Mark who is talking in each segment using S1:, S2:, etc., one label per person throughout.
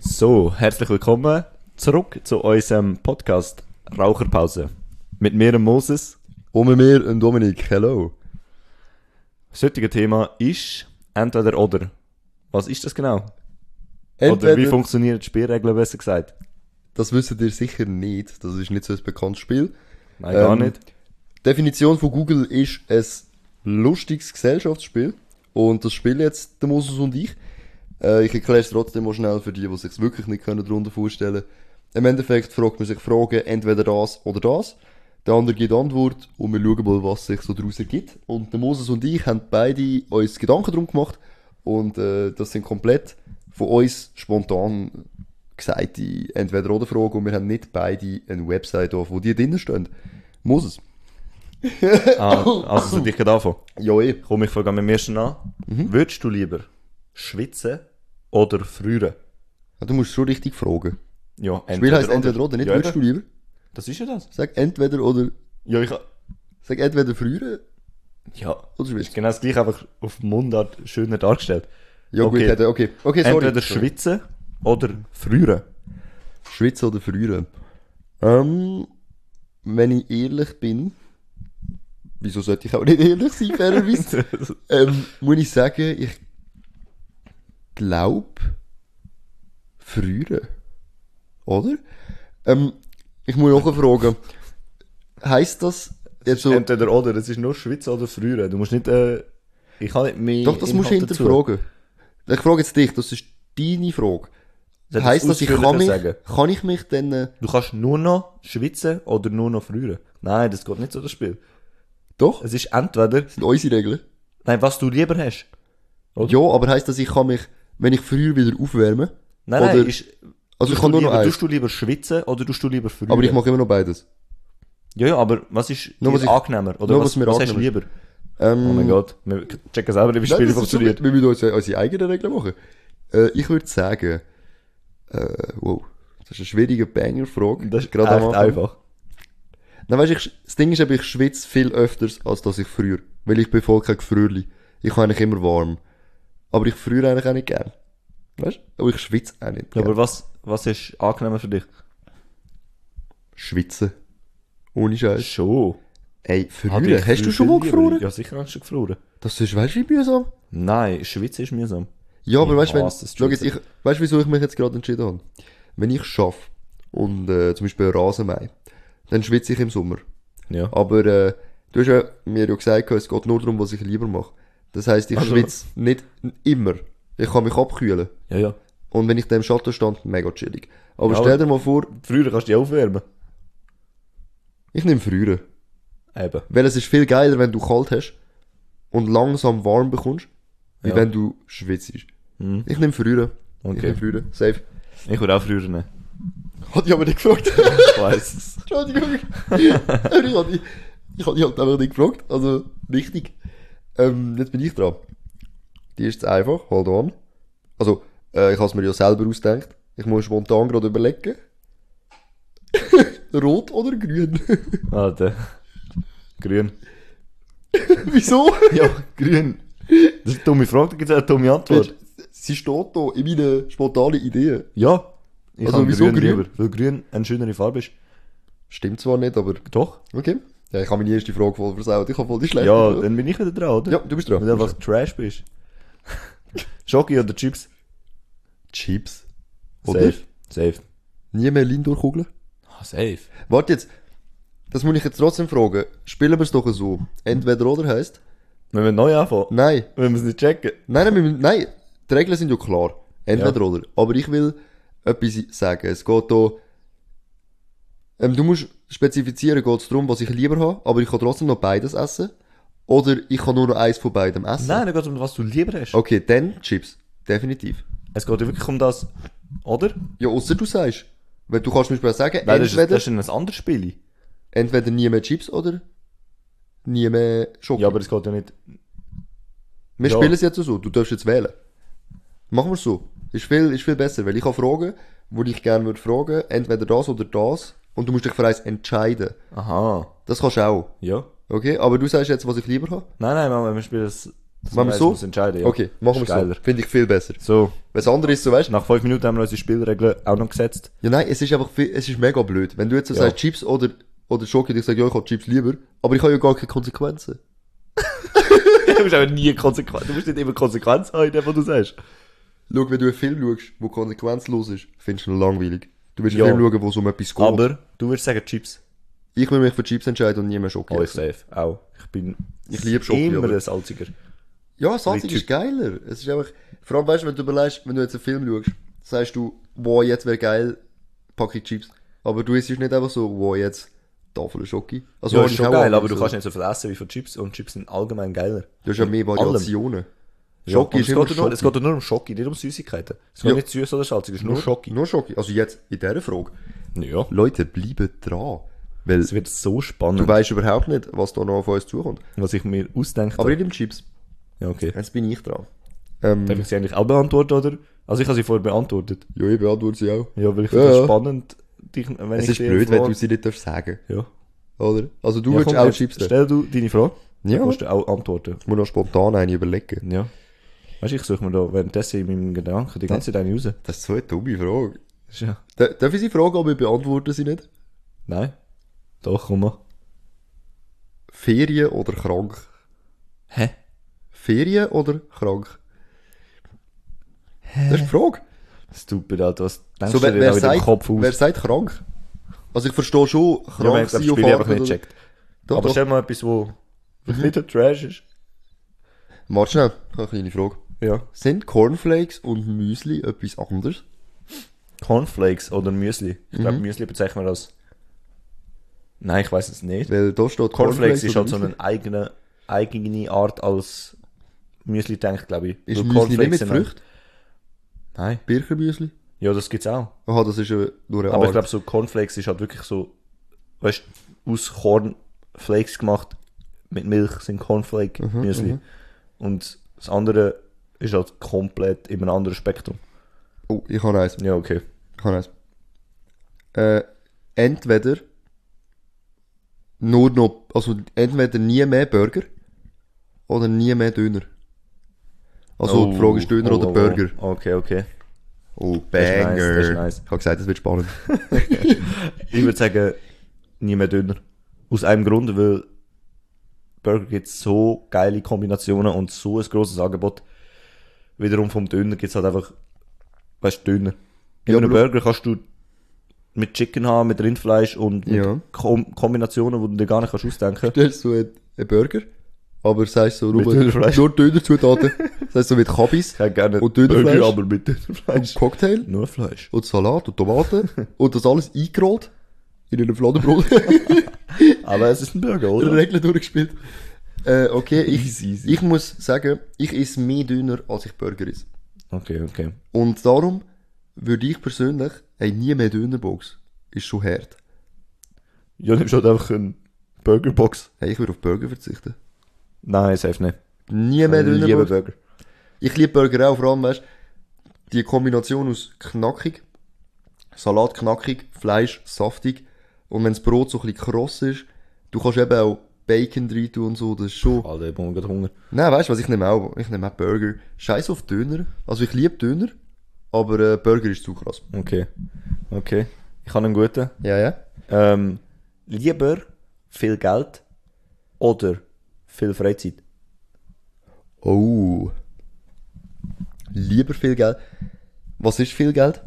S1: So, herzlich willkommen zurück zu unserem Podcast Raucherpause. Mit mir, dem Moses.
S2: Und mit mir, dem Dominik. Hello.
S1: Das heutige Thema ist entweder oder. Was ist das genau?
S2: Entweder,
S1: Oder wie funktionieren die Spielregeln, besser gesagt?
S2: das wisst ihr sicher nicht. Das ist nicht so ein bekanntes Spiel.
S1: Nein, gar
S2: Ähm,
S1: nicht.
S2: Definition von Google ist ein lustiges Gesellschaftsspiel. Und das spielen jetzt der Moses und ich. Äh, ich erkläre es trotzdem mal schnell für die, die sich wirklich nicht können darunter vorstellen Im Endeffekt fragt man sich Fragen, entweder das oder das. Der andere gibt Antwort und wir schauen mal, was sich so daraus ergibt. Und der Moses und ich haben beide uns Gedanken drum gemacht. Und äh, das sind komplett von uns spontan gesagte Entweder-oder-Fragen. Und wir haben nicht beide eine Website auf, wo die drinnen stehen. Moses.
S1: Ah, also, soll ich gerade anfangen?
S2: Ja, eh.
S1: Komm, ich fange mit dem ersten an.
S2: Mhm.
S1: Würdest du lieber schwitzen oder frieren?
S2: Ja, Du musst schon richtig fragen.
S1: Ja,
S2: Spiel heisst entweder oder, nicht
S1: Ja,
S2: würdest du
S1: eben.
S2: lieber?
S1: Das ist ja das.
S2: Sag entweder oder,
S1: Ja, ich...
S2: sag entweder früher
S1: Ja,
S2: oder schwitzen.
S1: genau das gleiche, einfach auf die Mundart schöner dargestellt.
S2: Ja
S1: Okay.
S2: gut, hat er- okay. Okay, sorry.
S1: Entweder schwitzen oder frieren.
S2: Schwitzen oder früher. Ähm, wenn ich ehrlich bin, wieso sollte ich auch nicht ehrlich sein, fairerweise, ähm, muss ich sagen, ich glaube, früher. Oder? Ähm, ich muss noch fragen, heisst das, jetzt so,
S1: Entweder oder, es ist nur schwitzen oder frieren. Du musst nicht... Äh, ich kann nicht mehr
S2: Doch, das musst du
S1: Inhalt dazu.
S2: hinterfragen. Ich frage jetzt dich, das ist deine Frage.
S1: Soll ich
S2: heißt das, ich kann mich,
S1: ausführlicher sagen?
S2: kann ich mich dann, äh,
S1: Du kannst nur noch schwitzen oder nur noch frieren. Nein, das geht nicht so, das Spiel.
S2: doch, das
S1: Es ist entweder...
S2: sind unsere Regeln.
S1: Nein, was du lieber hast. Oder?
S2: Ja, aber heisst das, ich kann mich, wenn ich früher wieder aufwärmen,
S1: Nein,
S2: oder,
S1: nein, ist...
S2: also ich
S1: tust
S2: kann
S1: du
S2: nur noch
S1: lieber,
S2: eins,
S1: Tust du lieber schwitzen oder tust du lieber frieren?
S2: aber ich mache immer noch beides.
S1: Ja, ja, aber was ist
S2: Nur,
S1: dir
S2: was ich-
S1: angenehmer? Oder
S2: nur,
S1: was,
S2: was mir
S1: was hast du
S2: angenehmer
S1: lieber?
S2: Ähm,
S1: Oh mein Gott, wir checken selber, wie das
S2: nein,
S1: Spiel
S2: das ist schon-
S1: funktioniert.
S2: Wir müssen unsere, unsere eigenen Regeln machen. Äh, ich würde sagen, äh, wow, das ist eine schwierige Banger-Frage.
S1: Das ist
S2: Gerade
S1: gerade
S2: am
S1: echt
S2: Anfang.
S1: einfach.
S2: Nein, weißt, ich, das Ding ist, eben, ich schwitze viel öfters, als dass ich früher. Weil ich bin voll kein Gefrierli. Ich habe eigentlich immer warm. Aber ich friere eigentlich auch nicht gern. Weißt du? Aber ich schwitze auch nicht
S1: Ja,
S2: gern.
S1: aber was, was ist angenehmer für dich?
S2: Schwitzen. Ohne Scheiß.
S1: Schon.
S2: Ey, frieren. Hast du schon mal gefroren?
S1: Ja, sicher hast du gefroren.
S2: Das ist, weißt du, wie mühsam?
S1: Nein, Schwitzen ist mühsam.
S2: Ja, aber
S1: Ich
S2: weißt du, wenn,
S1: hasse das
S2: schau jetzt, ich, weißt du, wieso ich mich jetzt gerade entschieden habe? Wenn ich schaffe und äh, zum Beispiel Rasen mähe, dann schwitze ich im Sommer.
S1: Ja.
S2: Aber äh, du hast ja mir ja gesagt, es geht nur darum, was ich lieber mache. Das heisst, ich
S1: Also-
S2: schwitze nicht immer. Ich kann mich abkühlen.
S1: Ja, ja.
S2: Und wenn ich da im Schatten stand, mega chillig. Aber
S1: Ja,
S2: stell dir mal vor,
S1: Früher kannst du dich aufwärmen.
S2: ich nehme Frieren.
S1: Eben.
S2: Weil es ist viel geiler, wenn du kalt hast und langsam warm bekommst, wie
S1: Ja. Mhm.
S2: wenn du schwitzt. Ich nehme Frieren. Ich
S1: Okay.
S2: nehme Frieren. Safe.
S1: Ich würde auch früher nehmen.
S2: Hat ich aber nicht gefragt.
S1: Ich weiss es.
S2: Entschuldigung. ich habe dich, ich hab dich halt einfach nicht gefragt. Also, richtig. Ähm, jetzt bin ich dran. Die ist jetzt einfach, hold on. Also, äh, ich habe es mir ja selber ausgedacht. Ich muss spontan gerade überlegen. Rot oder grün?
S1: Alter. Grün.
S2: Wieso?
S1: Ja, grün. Das ist eine dumme Frage, da gibt es eine dumme Antwort.
S2: Sie steht da in meinen spontanen Ideen.
S1: Ja. Ich
S2: Also,
S1: habe
S2: wieso grün?
S1: Weil grün eine schönere Farbe ist.
S2: Stimmt zwar nicht, aber
S1: Doch.
S2: okay. Ja, ich habe meine erste Frage voll versaut. Ich habe voll die schlechte.
S1: Ja,
S2: Frage.
S1: dann bin ich wieder dran, oder?
S2: ja, du bist
S1: Weil du
S2: dran.
S1: einfach Trash bist. Schoki oder Chips?
S2: Chips. Oder?
S1: Safe. Safe.
S2: Nie mehr Lindor-Kugeln?
S1: Ah, safe.
S2: Warte jetzt. Das muss ich jetzt trotzdem fragen. Spielen wir es doch so. Entweder oder heißt?
S1: Wenn wir neu anfangen,
S2: Nein.
S1: wenn wir es nicht checken.
S2: Nein, nein, wir müssen- nein. Die Regeln sind ja klar. Entweder oder. Aber ich will etwas sagen. Es geht hier. Ähm, du musst spezifizieren, geht es darum, was ich lieber habe, aber ich kann trotzdem noch beides essen. Oder ich kann nur noch eins von beidem essen.
S1: Nein, da geht es um was du lieber hast.
S2: Okay, dann Chips. Definitiv.
S1: Es geht ja wirklich um das, oder?
S2: Ja, außer du sagst. Weil du kannst zum Beispiel auch sagen,
S1: Nein, das ist,
S2: entweder,
S1: das ist ein anderes Spiel.
S2: entweder nie mehr Chips oder nie mehr Schokolade.
S1: Ja, aber es geht ja nicht.
S2: Wir
S1: Ja.
S2: spielen es jetzt so, du darfst jetzt wählen. Machen wir es so. Ist viel, ist viel besser, weil ich habe Fragen, wo ich gerne würde fragen, entweder das oder das, und du musst dich für eins entscheiden.
S1: Aha.
S2: Das kannst du auch,
S1: Ja.
S2: okay? Aber du sagst jetzt, was ich lieber habe.
S1: Nein, nein, Mann, wir spielen das Dass
S2: Machen wir
S1: weiss,
S2: so?
S1: muss entscheiden, ja.
S2: Okay, machen wir
S1: Ist
S2: so.
S1: geiler.
S2: Finde ich viel besser.
S1: So,
S2: Wenn es andere ist, so weißt du.
S1: nach 5 Minuten haben wir unsere Spielregeln auch noch gesetzt.
S2: Ja, nein, es ist einfach viel, es ist mega blöd. Wenn du jetzt so
S1: Ja.
S2: sagst Chips oder, oder Schoki und ich sage, ja, ich habe Chips lieber, aber ich habe ja gar keine Konsequenzen.
S1: du musst aber nie konsequent, du musst nicht immer Konsequenz haben in dem, was du sagst.
S2: Schau, wenn du einen Film schaust, der konsequenzlos ist, findest du ihn langweilig. Du willst
S1: Ja.
S2: einen Film schauen, wo es um etwas geht.
S1: Aber du würdest sagen Chips.
S2: ich will mich für Chips entscheiden und nie mehr Schoki.
S1: Oh, ich
S2: essen.
S1: safe. Auch. Ich bin
S2: Ich liebe Schoki,
S1: immer
S2: aber-
S1: ein Salziger.
S2: ja, Salzig
S1: Richtig.
S2: ist geiler. Es ist einfach, vor allem weißt du, wenn du überlegst, wenn du jetzt einen Film schaust, sagst du, wow, jetzt wäre geil, packe ich Chips. Aber du isst nicht einfach so, wow, jetzt Tafel Schoki. Also,
S1: Ja,
S2: hab
S1: ist
S2: ich
S1: schon
S2: auch
S1: geil,
S2: ab
S1: aber
S2: und
S1: du
S2: zu.
S1: kannst nicht so viel essen wie von Chips und Chips sind allgemein geiler.
S2: Du hast ja mehr Variationen.
S1: Schoki
S2: Schoki
S1: ja,
S2: ist
S1: ist es,
S2: immer
S1: geht ja nur,
S2: Schoki.
S1: es geht ja nur um Schoki, nicht um Süßigkeiten. Es geht
S2: Ja.
S1: nicht süß oder salzig, es ist nur, Schoki.
S2: Nur Schoki. Also jetzt in dieser Frage.
S1: Ja.
S2: Leute, bleibt dran. Weil
S1: Es wird so
S2: du
S1: spannend,
S2: weißt überhaupt nicht, was da noch auf uns zukommt.
S1: was ich mir ausdenke.
S2: Aber nicht im Chips.
S1: ja, okay.
S2: Jetzt bin ich dran. Ähm,
S1: Darf ich sie eigentlich auch beantworten, oder? Also ich habe sie vorher beantwortet.
S2: ja, ich beantworte sie auch.
S1: Ja, weil ich
S2: Ja,
S1: finde
S2: ja.
S1: das spannend, dich, wenn
S2: Es
S1: ich
S2: ist
S1: dir
S2: blöd, wenn du
S1: frage-
S2: sie nicht darfst sagen.
S1: Ja.
S2: Oder? Also du
S1: Ja,
S2: willst
S1: komm,
S2: auch
S1: jetzt
S2: Chips nehmen.
S1: Stell du deine Frage,
S2: Ja.
S1: dann kannst du auch antworten.
S2: Ich muss noch spontan eine überlegen.
S1: Ja. Weißt du, ich suche mir da währenddessen in meinem Gedanken die ganze Zeit eine raus.
S2: Das ist so eine dumme Frage.
S1: Das ist Ja.
S2: Da- Darf ich sie fragen, aber ich beantworte sie nicht?
S1: Nein. Doch, komm mal.
S2: Ferien oder krank?
S1: Hä?
S2: Ferien oder krank? Das ist die Frage.
S1: Stupid, Alter, was denkst
S2: So,
S1: du
S2: wer,
S1: dir da
S2: wer,
S1: mit dem
S2: sagt,
S1: Kopf aus?
S2: wer sagt krank? Also ich verstehe schon,
S1: ja, wenn
S2: krank
S1: ich das
S2: sein und
S1: Spiel einfach
S2: fahren
S1: nicht
S2: oder-
S1: checkt.
S2: Doch,
S1: Aber
S2: doch. Mhm.
S1: stell mal etwas, wo nicht der Trash ist.
S2: Warte schnell, ich habe eine kleine Frage.
S1: Ja.
S2: Sind Cornflakes und Müsli etwas anderes?
S1: Cornflakes oder Müsli. Ich glaube,
S2: Mhm.
S1: Müsli bezeichnen wir als... Nein, ich weiß es nicht.
S2: Weil da steht
S1: Cornflakes ist
S2: oder
S1: halt so
S2: Müsli.
S1: eine eigene, eigene Art als Müsli denkt, glaube ich.
S2: Ist
S1: Weil
S2: Müsli nicht mit
S1: sind halt-
S2: Früchten?
S1: Nein.
S2: Birkenmüsli?
S1: Ja, das gibt's auch.
S2: Aha, das ist äh, nur eine
S1: Aber ich
S2: Art.
S1: glaube, so Cornflakes ist halt wirklich so, weißt du, aus Cornflakes gemacht, mit Milch sind Cornflake
S2: Mhm,
S1: Müsli. Und das andere ist halt komplett in einem anderen Spektrum.
S2: oh, ich habe eins.
S1: Ja, okay.
S2: Ich habe eins. Äh, entweder nur noch, also entweder nie mehr Burger oder nie mehr Döner. Also die Frage ist Döner
S1: Oh,
S2: oder
S1: oh, oh.
S2: Burger.
S1: Okay, okay.
S2: Oh,
S1: ist nice,
S2: Banger.
S1: das ist nice.
S2: Ich habe gesagt, das wird spannend.
S1: Ich würde sagen, nie mehr Döner. Aus einem Grund, weil Burger gibt so geile Kombinationen und so ein grosses Angebot. Wiederum vom Döner gibt's halt einfach, weißt du, Döner. In
S2: Ja,
S1: einem
S2: aber-
S1: Burger kannst du mit Chicken haben, mit Rindfleisch und mit
S2: Ja.
S1: Kom Kombinationen, die du dir gar nicht kannst ausdenken
S2: Du hast so einen einen Burger, aber sagst so,
S1: Mit
S2: Ruben,
S1: Dönerfleisch.
S2: nur Dönerzutaten. Das heißt so mit Kabis
S1: kannst. gerne
S2: Und Dönerfleisch?
S1: Burger, aber mit
S2: und
S1: Dönerfleisch.
S2: Cocktail
S1: Nur Fleisch.
S2: und Salat und Tomaten und das alles eingerollt in einem Fladenbrot
S1: Aber es ist ein Burger,
S2: und
S1: oder?
S2: Regeln durchgespielt. Äh, okay, ich,
S1: Easy, easy.
S2: ich muss sagen, ich esse mehr Döner, als ich Burger esse.
S1: Okay, okay.
S2: Und darum würde ich persönlich, ey, nie mehr Dönerbox. Ist schon hart.
S1: Ja, nimmst halt einfach eine Burgerbox.
S2: Hey, ich würde auf Burger verzichten.
S1: Nein, safe nicht.
S2: Nie mehr
S1: Ich liebe
S2: Dönerbox.
S1: Burger.
S2: Ich liebe Burger auch, vor allem, weißt die Kombination aus knackig, Salat knackig, Fleisch saftig und wenn das Brot so ein bisschen kross ist, du kannst eben auch Bacon rein tun und so, das ist schon...
S1: Alter, ich habe gerade Hunger.
S2: Nein, weißt du was, ich nehme auch, ich nehme auch Burger. Scheiß auf Döner, also ich liebe Döner, aber äh, Burger ist zu krass.
S1: Okay. Okay. Ich habe einen guten.
S2: Ja, ja.
S1: Ähm, lieber viel Geld oder viel Freizeit.
S2: Oh. Lieber viel Geld. Was ist viel Geld?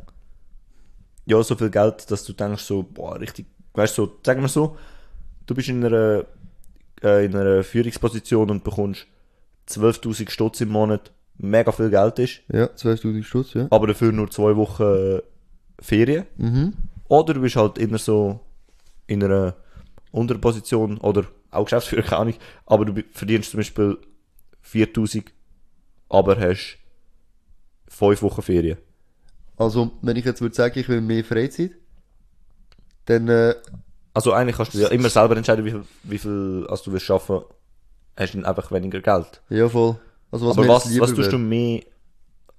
S1: Ja, so viel Geld, dass du denkst, so, boah, richtig, weißt du, so, sagen wir so, du bist in einer, äh, in einer Führungsposition und bekommst 12.000 Stutz im Monat, mega viel Geld ist,
S2: Ja, 12'000 Stutz, ja.
S1: aber dafür nur zwei Wochen äh, Ferien.
S2: Mhm.
S1: Oder du bist halt immer so in einer Unterposition oder auch Geschäftsführer, keine Ahnung, aber du bi- verdienst zum Beispiel 4000, aber hast fünf Wochen Ferien.
S2: Also, wenn ich jetzt würde sagen, ich will mehr Freizeit, dann äh,
S1: Also eigentlich kannst du ja immer selber entscheiden, wie viel, wie viel also du willst schaffen, hast dann einfach weniger Geld.
S2: Ja, voll. Also was
S1: aber
S2: mir jetzt
S1: was,
S2: lieber
S1: was tust du
S2: wär?
S1: mehr,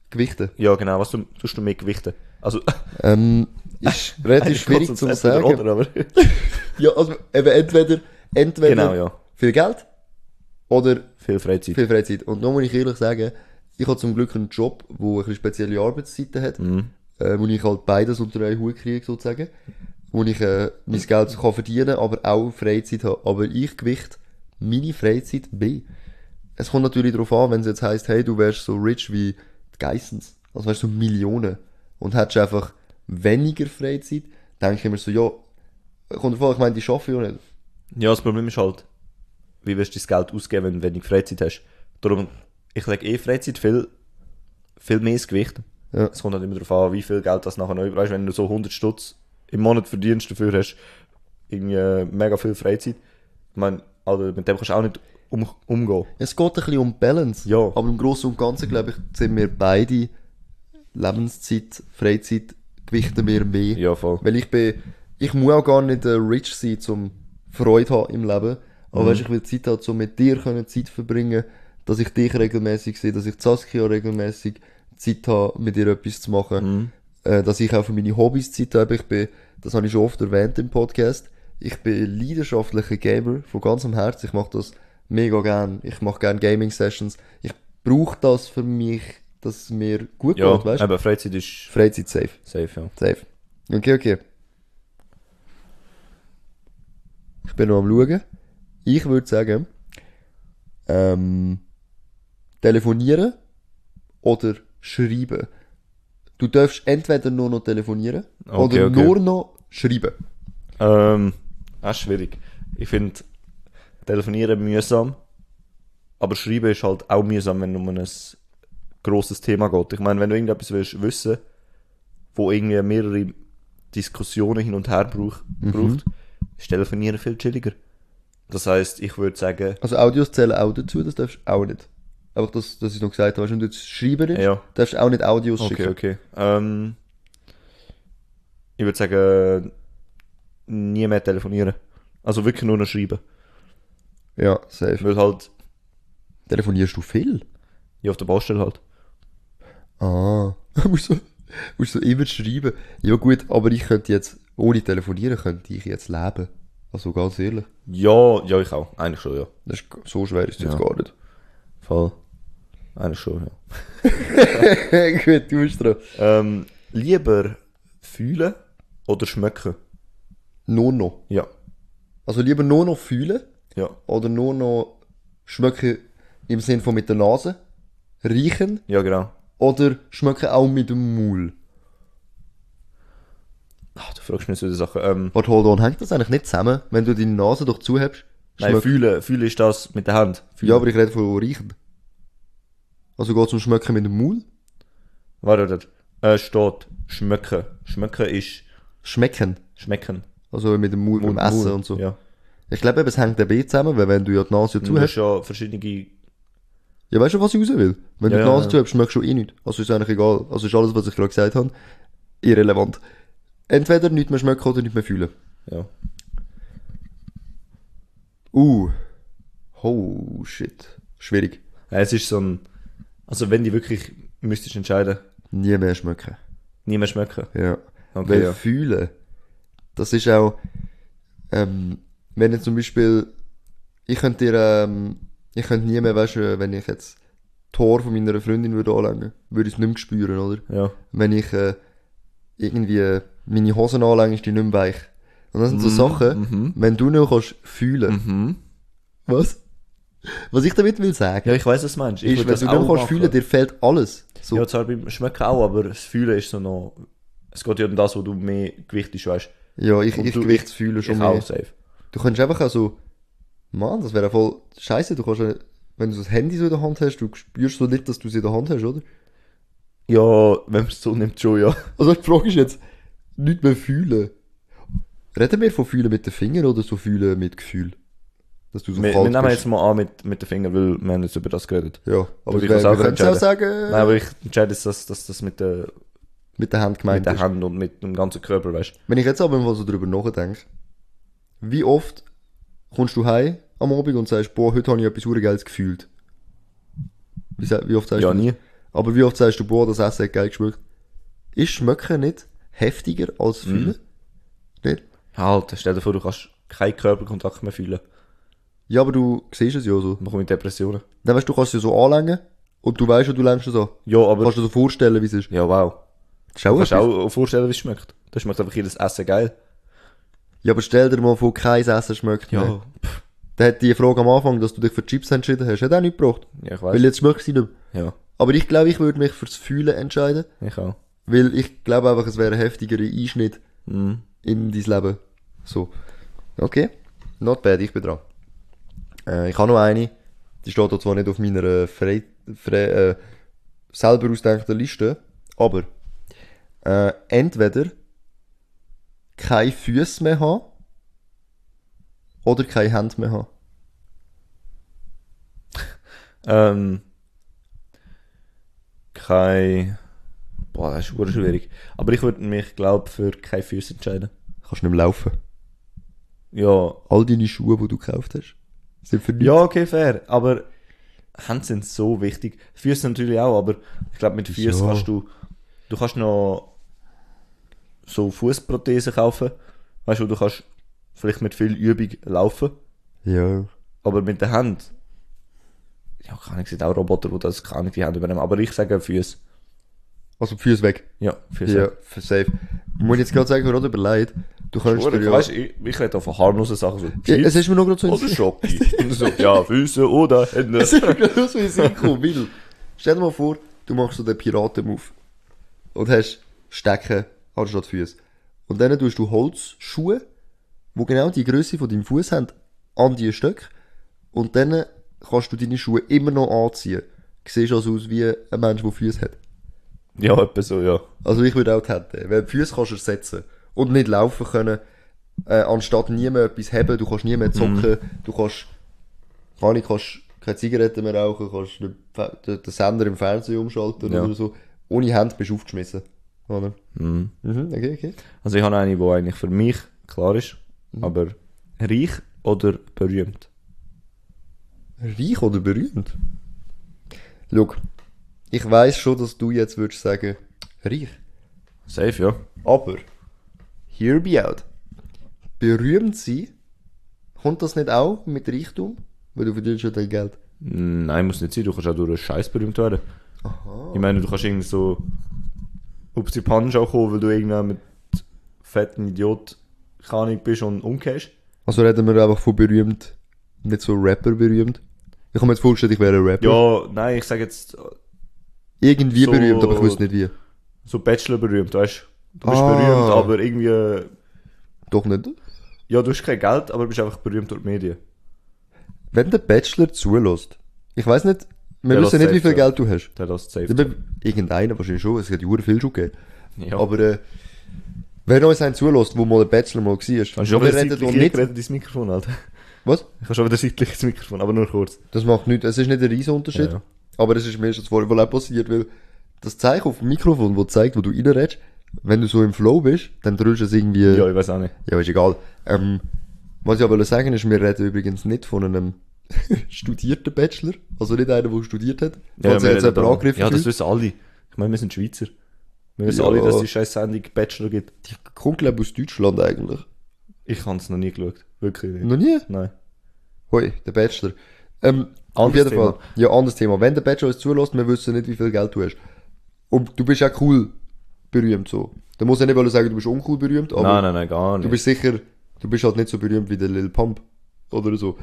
S2: Gewichten?
S1: ja genau, was tu- tust du mehr gewichten? Also,
S2: Ähm, ist relativ schwierig
S1: kurz
S2: zu
S1: ans
S2: sagen.
S1: Essen Oder, oder, aber,
S2: Ja, also eben entweder, entweder
S1: Genau, ja.
S2: viel Geld Oder
S1: Viel Freizeit.
S2: viel Freizeit. Und da muss ich ehrlich sagen, ich habe zum Glück einen Job, wo ein bisschen spezielle Arbeitszeiten hat, äh, wo ich halt beides unter einen Hut kriege, sozusagen. Wo ich äh, mein Geld so kann verdienen aber auch Freizeit habe. Aber ich gewicht meine Freizeit B. Es kommt natürlich darauf an, wenn es jetzt heisst, hey, du wärst so rich wie die Geissens. Also wärst du so Millionen. Und hättest einfach weniger Freizeit, denke ich mir so, ja, kommt drauf an, ich meine, die arbeiten ja nicht.
S1: Ja, das Problem ist halt, wie wirst du das Geld ausgeben, wenn du wenig Freizeit hast. Darum, ich lege eh Freizeit viel, viel mehr ins Gewicht.
S2: Ja.
S1: Es kommt halt immer darauf an, wie viel Geld das nachher noch übrig ist. Wenn du so 100 Stutz im Monat verdienst, dafür hast du irgendwie äh, mega viel Freizeit. Ich meine, also mit dem kannst du auch nicht um, umgehen.
S2: Es geht ein bisschen um Balance.
S1: Ja.
S2: Aber im Großen und Ganzen, glaube ich, sind wir beide Lebenszeit, Freizeit, gewichten wir mehr.
S1: Ja, voll.
S2: Weil ich bin, ich muss auch gar nicht äh, rich sein, um Freude haben im Leben. Aber weißt, ich will Zeit haben, um mit dir können Zeit verbringen, dass ich dich regelmäßig sehe, dass ich die Saskia regelmäßig Zeit habe, mit ihr etwas zu machen. Äh, dass ich auch für meine Hobbys Zeit habe. Ich bin, das habe ich schon oft erwähnt im Podcast. Ich bin leidenschaftlicher Gamer von ganzem Herzen. Ich mache das mega gern. Ich mache gern Gaming Sessions. Ich brauche das für mich, dass es mir gut
S1: Ja, äh,
S2: geht, weißt?
S1: eben, Freizeit ist
S2: Freizeit safe.
S1: safe, ja.
S2: Safe. Okay, okay. Ich bin noch am schauen. Ich würde sagen, ähm, telefonieren oder schreiben. Du darfst entweder nur noch telefonieren
S1: Okay,
S2: oder
S1: okay.
S2: nur noch schreiben.
S1: Ähm, das ist schwierig. Ich finde Telefonieren mühsam, aber Schreiben ist halt auch mühsam, wenn es um ein grosses Thema geht. Ich meine, wenn du irgendetwas willst wissen, wo irgendwie mehrere Diskussionen hin und her brauch, braucht, ist Telefonieren viel chilliger. Das heißt, ich würde sagen,
S2: Also Audios zählen auch dazu, das darfst du auch nicht. Einfach, dass, dass ich noch gesagt habe, weißt du, wenn du jetzt schreiben bist,
S1: Ja.
S2: darfst du auch nicht Audios
S1: okay,
S2: schicken.
S1: okay. Ähm, ich würde sagen, nie mehr telefonieren. Also wirklich nur noch schreiben.
S2: Ja, safe.
S1: Weil halt,
S2: Telefonierst du viel?
S1: ja, auf der Baustelle halt.
S2: Ah, musst du, musst du immer schreiben. Ja gut, aber ich könnte jetzt, ohne telefonieren könnte ich jetzt leben. Also ganz ehrlich.
S1: Ja, ja, ich auch. Eigentlich schon, ja.
S2: Das ist, g- so schwer ist es jetzt
S1: Ja.
S2: gar nicht.
S1: Voll. Eigentlich schon, ja.
S2: gut, du bist dran.
S1: Ähm, lieber fühlen oder schmecken?
S2: Nur noch.
S1: Ja.
S2: Also lieber nur noch fühlen
S1: Ja.
S2: oder nur noch schmecken im Sinn von mit der Nase, riechen
S1: Ja, genau.
S2: oder schmecken auch mit dem Maul.
S1: Ach, du fragst mich so die Sachen. Ähm,
S2: Warte, hold on, hängt das eigentlich nicht zusammen, wenn du deine Nase doch zuhebst?
S1: nein,
S2: schmeckt-
S1: fühlen, fühlen ist das mit der Hand. Fühlen.
S2: Ja, aber ich rede von riechen. Also geht's um Schmecken mit dem Maul?
S1: Warte, warte. Äh, steht schmecken. Schmecken ist
S2: Schmecken.
S1: schmecken.
S2: Also mit dem Mund, beim Essen
S1: Mund,
S2: und so.
S1: Ja. Mhm.
S2: Ich glaube eben, es hängt eben eh zusammen, weil wenn du ja die Nase
S1: Du hast
S2: zuhörst.
S1: ja verschiedene...
S2: Ja, weißt du, was ich raus will? Wenn
S1: Ja,
S2: du die
S1: ja,
S2: Nase
S1: ja.
S2: zuhörst, schmeckst du eh nicht. Also ist eigentlich egal. Also ist alles, was ich gerade gesagt habe, irrelevant. Entweder nicht mehr schmecken oder nicht mehr fühlen.
S1: Ja.
S2: Uh. Oh, shit. Schwierig.
S1: Äh, Es ist so ein... Also wenn du wirklich müsstest entscheiden,
S2: Nie mehr schmecken.
S1: nie mehr schmecken.
S2: Ja.
S1: Okay,
S2: Weil
S1: ja.
S2: fühlen, das ist auch, ähm, wenn jetzt zum Beispiel, ich könnte dir, ähm, ich könnte nie mehr, weißt du, wenn ich jetzt Tor von meiner Freundin würde anlängen, würde ich es nicht mehr spüren, oder?
S1: Ja.
S2: Wenn ich äh, irgendwie meine Hosen anlänge, ist die nicht mehr weich. Und das sind
S1: Mhm,
S2: so Sachen, wenn du nicht kannst fühlen. Was? Was ich damit will sagen,
S1: Ja, ich weiß, was du meinst. Ich
S2: ist,
S1: würd
S2: wenn
S1: das
S2: du
S1: auch
S2: nicht mehr kannst
S1: machen.
S2: fühlen, dir fehlt alles. So.
S1: Ja, zwar beim Schmecken auch, aber das Fühlen ist so noch. Es geht ja um das, wo du mehr gewichtest, weißt
S2: Ja, ich,
S1: Und
S2: ich
S1: du-
S2: gewicht fühlen
S1: du? Ich
S2: schon
S1: auch
S2: mehr.
S1: safe.
S2: Du könntest einfach auch so, Mann, das wäre voll scheiße. Du kannst, ja- wenn du das Handy so in der Hand hast, du spürst so nicht, dass du es in der Hand hast, oder?
S1: Ja, wenn man es so nimmt, schon, ja.
S2: Also die Frage ist jetzt, nicht mehr fühlen. Reden wir von fühlen mit den Fingern oder so fühlen mit Gefühl? Dass du so
S1: Wir, wir
S2: kalt
S1: nehmen
S2: bist.
S1: jetzt mal an mit, mit den Fingern, weil wir haben jetzt über das geredet.
S2: Ja, aber
S1: ich
S2: wir,
S1: kann
S2: wir
S1: selber
S2: können es auch
S1: entscheiden.
S2: sagen,
S1: Nein, aber ich entscheide jetzt, dass, dass das mit der,
S2: mit der Hand gemeint
S1: mit der
S2: ist.
S1: Hand und mit dem ganzen Körper, weißt
S2: Wenn ich jetzt aber mal so drüber nachdenke, wie oft kommst du heim am Abend und sagst, boah, heute habe ich etwas verdammt Geiles gefühlt? Wie, sa- wie oft sagst
S1: Ja,
S2: du das?
S1: nie.
S2: Aber wie oft sagst du, boah, das Essen hat geil geschmeckt? Ist Schmecken nicht heftiger als Fühlen? Nicht?
S1: Halt, stell dir vor, du kannst keinen Körperkontakt mehr fühlen.
S2: Ja, aber du siehst es ja so.
S1: Man kommt mit Depressionen.
S2: Dann weißt du, du kannst es ja so anlängen und du weißt ja, du längst es an.
S1: Ja, aber.
S2: Kannst du dir so vorstellen, wie es ist.
S1: Ja, wow.
S2: Das ist auch
S1: Du kannst
S2: etwas.
S1: auch vorstellen, wie es schmeckt. Das schmeckt einfach jedes Essen geil.
S2: Ja, aber stell dir mal vor, kein Essen schmeckt. mehr. Dann hat die Frage am Anfang, dass du dich für Chips entschieden hast, hat auch nichts gebracht.
S1: Ja, ich
S2: Weil
S1: weiß.
S2: jetzt schmeckt sie nicht mehr.
S1: Ja,
S2: Aber ich glaube, ich würde mich fürs Fühlen entscheiden,
S1: ich auch.
S2: weil ich glaube einfach, es wäre ein heftigerer Einschnitt
S1: Mhm.
S2: in dein Leben. So. Okay. Not bad, ich bin dran. Äh, ich habe noch eine. Die steht da zwar nicht auf meiner äh, frei, frei, äh, selber ausgedachten Liste, aber äh, entweder keine Füße mehr haben oder keine Hände mehr haben.
S1: Ähm, kein. Boah, das ist hure schwierig. Aber ich würde mich, glaube für keine Füße entscheiden.
S2: Kannst nicht mehr laufen.
S1: Ja.
S2: All deine Schuhe, die du gekauft hast, sind für nichts.
S1: Ja, okay, fair. Aber Hände sind so wichtig. Füße natürlich auch, aber ich glaube, mit Füßen
S2: Ja.
S1: kannst du. Du kannst noch so Fußprothesen kaufen. Weißt du, du kannst vielleicht mit viel Übung laufen.
S2: Ja.
S1: Aber mit der Hand. Ja, keine Ahnung, es sind auch Roboter, die das keine Ahnung, die Hand übernehmen. Aber ich sage Füße.
S2: Also die Füße weg.
S1: Ja, Füße.
S2: Ja, für safe. Ich muss jetzt gerade sagen, gerade überlegt, du kannst dir
S1: Hure,
S2: ja...
S1: Weißt, ich, ich rede auch von harmlosen Sachen. So
S2: ja,
S1: Chips
S2: es ist mir noch gerade so
S1: oder Schocki. Und so, ja, Füße oder Hände.
S2: Es ist mir gerade so in den Sinn gekommen, weil... Stell dir mal vor, du machst so den Piraten-Move. Und hast Stecken anstatt Füße. Und dann tust du Holzschuhe, die genau die Größe von deinem Fuß haben, an die Stöcke. Und dann kannst du deine Schuhe immer noch anziehen. Siehst also aus wie ein Mensch, der Füße hat.
S1: Ja, etwa so, ja.
S2: Also ich würde auch die Hände nehmen, weil die Füße kannst du ersetzen und nicht laufen können, äh, anstatt nie mehr etwas haben, du kannst nie mehr zocken, du kannst, keine Ahnung, kannst keine Zigaretten mehr rauchen, kannst nicht fe- den den Sender im Fernsehen umschalten
S1: Ja.
S2: oder so. Ohne Hände bist du aufgeschmissen, oder? Mhm, okay, okay.
S1: Also ich habe eine, die eigentlich für mich klar ist,
S2: Mhm.
S1: aber reich oder berühmt.
S2: Reich oder berühmt? Schau, ich weiss schon, dass du jetzt würdest sagen, reich.
S1: Safe, ja.
S2: Aber, hear me out. Berühmt sein, kommt das nicht auch mit Reichtum? Weil du verdienst ja dein Geld.
S1: Nein, muss nicht sein. Du kannst auch durch einen Scheiß berühmt werden. Ich meine, du kannst irgendwie so auf die Punch auch kommen, weil du irgendwann mit fetten Idiot keine Ahnung bist und umgehst.
S2: Also reden wir einfach von berühmt, nicht so Rapper berühmt. Ich kann mir jetzt vorstellen, ich wäre ein Rapper.
S1: Ja, nein, ich sage jetzt
S2: Irgendwie
S1: So-
S2: berühmt, aber ich wüsste nicht wie.
S1: so Bachelor berühmt, weißt du? Du bist
S2: Ah.
S1: berühmt, aber irgendwie
S2: Doch nicht.
S1: Ja, du hast kein Geld, aber bist einfach berühmt durch die Medien.
S2: Wenn der Bachelor zulässt, ich weiß nicht, wir
S1: Der
S2: wissen
S1: lässt
S2: nicht, wie viel
S1: safe, ja.
S2: Geld du hast.
S1: Der das safe.
S2: Ja, Irgendeiner wahrscheinlich schon, es hat ja viel schon gegeben.
S1: Ja.
S2: Aber äh, wenn uns einen zulässt, wo mal der Bachelor mal war, wir
S1: Kannst du schon wieder
S2: reden
S1: seitlich
S2: doch nicht...
S1: geredet ins Mikrofon, Alter.
S2: Was?
S1: Ich habe schon wieder seitlich ins Mikrofon, aber nur kurz.
S2: Das macht nichts. Es ist nicht ein riesen Unterschied.
S1: Ja, ja.
S2: Aber es ist mir schon vorher wohl auch passiert, weil das Zeichen auf dem Mikrofon, das zeigt, wo du reinredest, wenn du so im Flow bist, dann drückst du es irgendwie...
S1: Ja, ich weiß auch nicht.
S2: Ja, ist egal. Ähm, was ich aber sagen wollte, ist, wir reden übrigens nicht von einem studierten Bachelor. Also nicht einer, der studiert hat.
S1: Ja,
S2: Falls sich jetzt jemand angegriffen
S1: ja das
S2: fühlt.
S1: wissen alle. Ich meine, wir sind Schweizer. Wir wissen
S2: Ja.
S1: alle, dass es die scheiß Sendung Bachelor gibt.
S2: Die kommt, glaube ich, aus Deutschland eigentlich.
S1: Ich habe es noch nie geschaut. Wirklich nicht.
S2: Noch nie?
S1: Nein.
S2: Hoi, der Bachelor. Ähm, auf
S1: Anderes
S2: jeden
S1: Thema.
S2: Fall. Ja, anderes Thema. Wenn der Bachelor uns zulässt, wir wissen nicht, wie viel Geld du hast. Und du bist auch cool berühmt so. Da muss ja nicht wollen sagen, du bist uncool berühmt, aber
S1: nein, nein, nein, gar nicht.
S2: du bist sicher, du bist halt nicht so berühmt wie der Lil Pump oder so.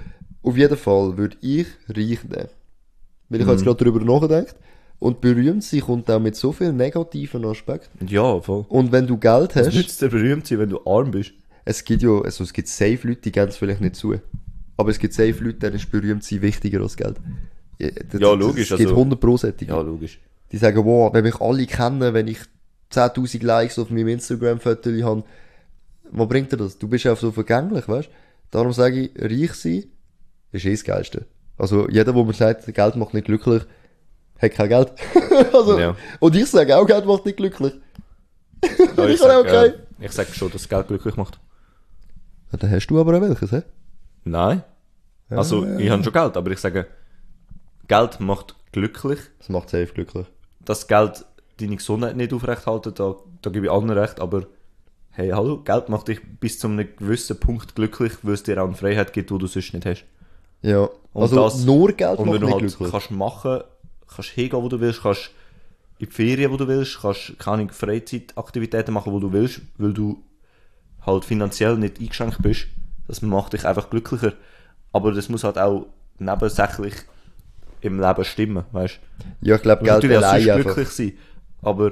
S2: Auf jeden Fall würde ich reich nehmen. Weil ich habe
S1: Mhm.
S2: jetzt gerade darüber nachgedacht. Und berühmt sein kommt auch mit so vielen negativen Aspekten.
S1: ja, voll.
S2: Und wenn du Geld
S1: Es
S2: hast,
S1: nützt dir berühmt sein, wenn du arm bist.
S2: es gibt ja, also es gibt safe Leute, die gehen es vielleicht nicht zu. Aber es gibt safe Leute, denen ist berühmt sein wichtiger als Geld. Ja, das-
S1: Ja, logisch,
S2: Es gibt
S1: also-
S2: 100 Prosättige.
S1: Ja, logisch.
S2: Die sagen, wow, wenn mich alle kennen, wenn ich 10.000 Likes auf meinem Instagram-Foto habe, was bringt dir das? Du bist ja so vergänglich, weißt du? Darum sage ich, reich sein ist eh das Geilste. Also jeder, der mir sagt, Geld macht nicht glücklich, hat kein Geld. also,
S1: Ja.
S2: Und ich sage auch, Geld macht nicht glücklich.
S1: Ja,
S2: Ich habe auch
S1: äh,
S2: keinen.
S1: ich sag schon, dass Geld glücklich macht.
S2: Ja, dann hast du aber auch welches, hä?
S1: Nein. Also, ich habe schon Geld, aber ich sage, Geld macht glücklich.
S2: Das macht safe glücklich.
S1: Dass Geld deine Gesundheit nicht aufrechthalten, da, da gebe ich allen recht, aber hey, hallo, Geld macht dich bis zu einem gewissen Punkt glücklich, weil es dir auch eine Freiheit gibt, die du sonst nicht hast.
S2: Ja.
S1: Und
S2: also
S1: das-
S2: nur Geld
S1: Und
S2: macht
S1: wenn du
S2: nicht
S1: halt
S2: glücklich.
S1: kannst machen, kannst hingehen, wo du willst, kannst in die Ferien, wo du willst, kannst keine Ahnung, Freizeitaktivitäten machen, wo du willst, weil du halt finanziell nicht eingeschränkt bist. Das macht dich einfach glücklicher. Aber das muss halt auch nebensächlich im Leben stimmen, weißt du?
S2: Ja, ich glaube,
S1: Du musst
S2: Geld
S1: natürlich auch
S2: allein
S1: sonst
S2: einfach.
S1: glücklich sein, aber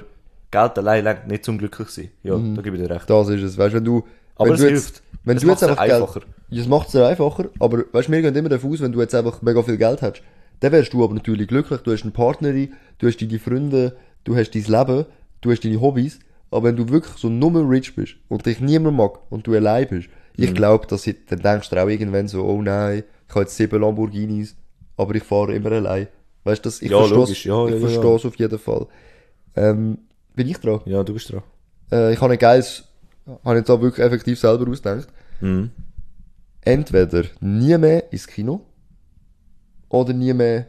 S1: Geld allein langt nicht zum glücklich sein. Ja,
S2: Mhm.
S1: da gebe ich dir recht.
S2: Das ist es. Weißt du, wenn du.
S1: Aber
S2: wenn
S1: es
S2: du jetzt,
S1: hilft.
S2: Wenn
S1: Es
S2: du jetzt
S1: macht's
S2: einfach
S1: ja
S2: Geld,
S1: einfacher.
S2: Ja, Es macht es ja einfacher, aber weißt du, wir gehen immer davon aus, wenn du jetzt einfach mega viel Geld hast, dann wärst du aber natürlich glücklich. Du hast eine Partnerin, du hast deine Freunde, du hast dein Leben, du hast deine Hobbys. Aber wenn du wirklich so nur rich bist und dich niemand mag und du allein bist,
S1: Mhm.
S2: ich glaube, dass ich, dann denkst du auch irgendwann so, oh nein, ich habe jetzt sieben Lamborghinis, aber ich fahre immer allein. Weißt du, das- ich
S1: Ja,
S2: verstehe
S1: logisch.
S2: es
S1: Ja, ja, ja, ja.
S2: auf jeden Fall. Ähm, bin ich dran?
S1: Ja, du bist dran.
S2: äh, ich habe ein geiles, habe ich da wirklich effektiv selber ausgedacht.
S1: Mhm.
S2: Entweder nie mehr ins Kino oder nie mehr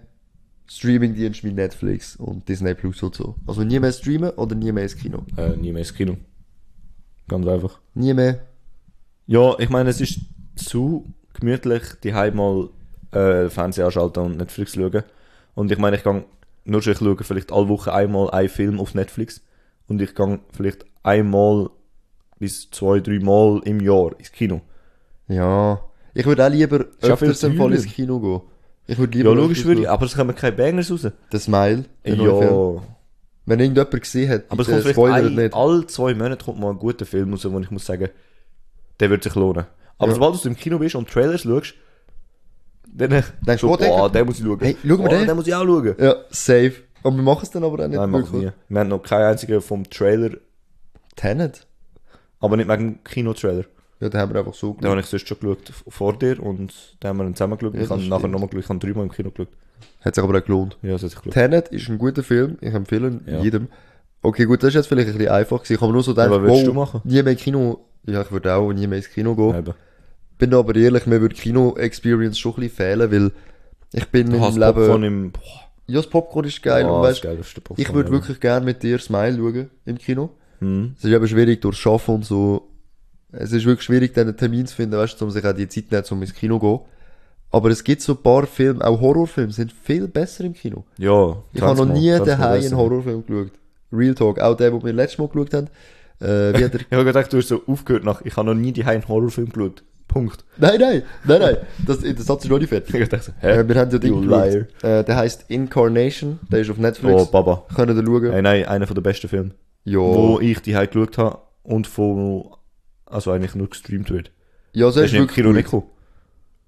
S2: Streamingdienst wie Netflix und Disney Plus und so. Also nie mehr streamen oder nie mehr ins Kino.
S1: Äh, nie mehr ins Kino. Ganz einfach.
S2: Nie mehr.
S1: Ja, ich meine, es ist zu gemütlich, die mal äh, Fernseher anschalten und Netflix schauen. Und ich meine, ich gang nur schon, ich schaue vielleicht alle Woche einmal einen Film auf Netflix. Und ich gang vielleicht einmal bis zwei, drei Mal im Jahr ins Kino.
S2: Ja. Ich würde auch lieber
S1: ja viel
S2: öfters im Fall
S1: teurer.
S2: ins Kino gehen. Ich würde
S1: Ja,
S2: lieber
S1: logisch
S2: öfters
S1: würde ich,
S2: gehen.
S1: aber es kommen keine Bangers raus.
S2: Der Smile. der neue Film.
S1: Ja,
S2: Wenn irgendjemand gesehen hat,
S1: aber es
S2: bitte
S1: kommt vielleicht
S2: spoilert
S1: ein, alle zwei Monate kommt mal ein guter Film raus, wo ich muss sagen, der wird sich lohnen. Aber
S2: Ja.
S1: sobald du im Kino bist und Trailers schaust, dann
S2: Denkst du,
S1: so,
S2: oh, der-
S1: boah, den muss ich schauen.
S2: Hey, schau mal
S1: oh,
S2: den.
S1: den muss ich auch schauen.
S2: Ja, safe. Und wir machen es dann aber auch nicht
S1: Nein, machen wir nie. Wir haben noch keinen einzigen vom Trailer,
S2: Tenet.
S1: aber nicht wegen dem Kino-Trailer.
S2: Ja, den haben wir einfach so
S1: Den habe ich sonst schon geschaut f- vor dir und dann haben wir ihn zusammen geschaut.
S2: Ja,
S1: ich
S2: das
S1: habe nachher
S2: stimmt.
S1: nochmal geschaut. Ich habe dreimal im Kino geschaut.
S2: Hat sich aber auch gelohnt.
S1: Ja, das hat sich geschaut.
S2: Tenet ist ein guter Film, ich empfehle ihn
S1: Ja.
S2: jedem. Okay, gut, das ist jetzt vielleicht ein bisschen einfach gewesen. Ich habe mir nur so gedacht,
S1: Aber würdest du machen?
S2: nie mehr Kino. Ja, ich würde auch nie mehr ins Kino gehen.
S1: Eben.
S2: Bin aber ehrlich, mir würde Kino-Experience schon ein bisschen fehlen, weil ich bin in
S1: Du hast
S2: meinem
S1: Popcorn
S2: Leben...
S1: im... Boah,
S2: Ja, das Popcorn ist geil
S1: ah,
S2: und
S1: das
S2: weißt,
S1: geilste Popcorn
S2: ich würde
S1: ever.
S2: wirklich gerne mit dir Smile schauen im Kino.
S1: Mhm.
S2: Es ist eben schwierig durch Schaffen und so. Es ist wirklich schwierig, dann einen Termin zu finden, weißt du, um sich auch die Zeit zu nehmen, um ins Kino zu gehen. Aber es gibt so ein paar Filme, auch Horrorfilme sind viel besser im Kino.
S1: Ja.
S2: Ich habe
S1: 20
S2: noch
S1: Mal,
S2: nie
S1: 20 Mal
S2: daheim
S1: besser.
S2: einen Horrorfilm geschaut. Real Talk, auch der, den wir letztes Mal geschaut haben. Äh, wie hat er...
S1: Ich habe gedacht, du hast so aufgehört nach, ich habe noch nie die einen Horrorfilm geschaut. Punkt.
S2: nein, nein, nein, nein, das, das hat sich noch nicht
S1: Ich
S2: fertig.
S1: habe gedacht, so, hä?
S2: Äh, wir haben ja den
S1: You
S2: geschaut. Äh, der heisst Incarnation, der ist auf
S1: Oh,
S2: Netflix.
S1: Baba.
S2: Können ihr schauen.
S1: Hey, nein, einer von der besten Filme, wo
S2: ja,
S1: ich die geschaut habe und von, also eigentlich nur gestreamt wird.
S2: ja, so
S1: Das
S2: ist
S1: ist im
S2: wirklich
S1: Kino
S2: gut.
S1: nicht gekommen.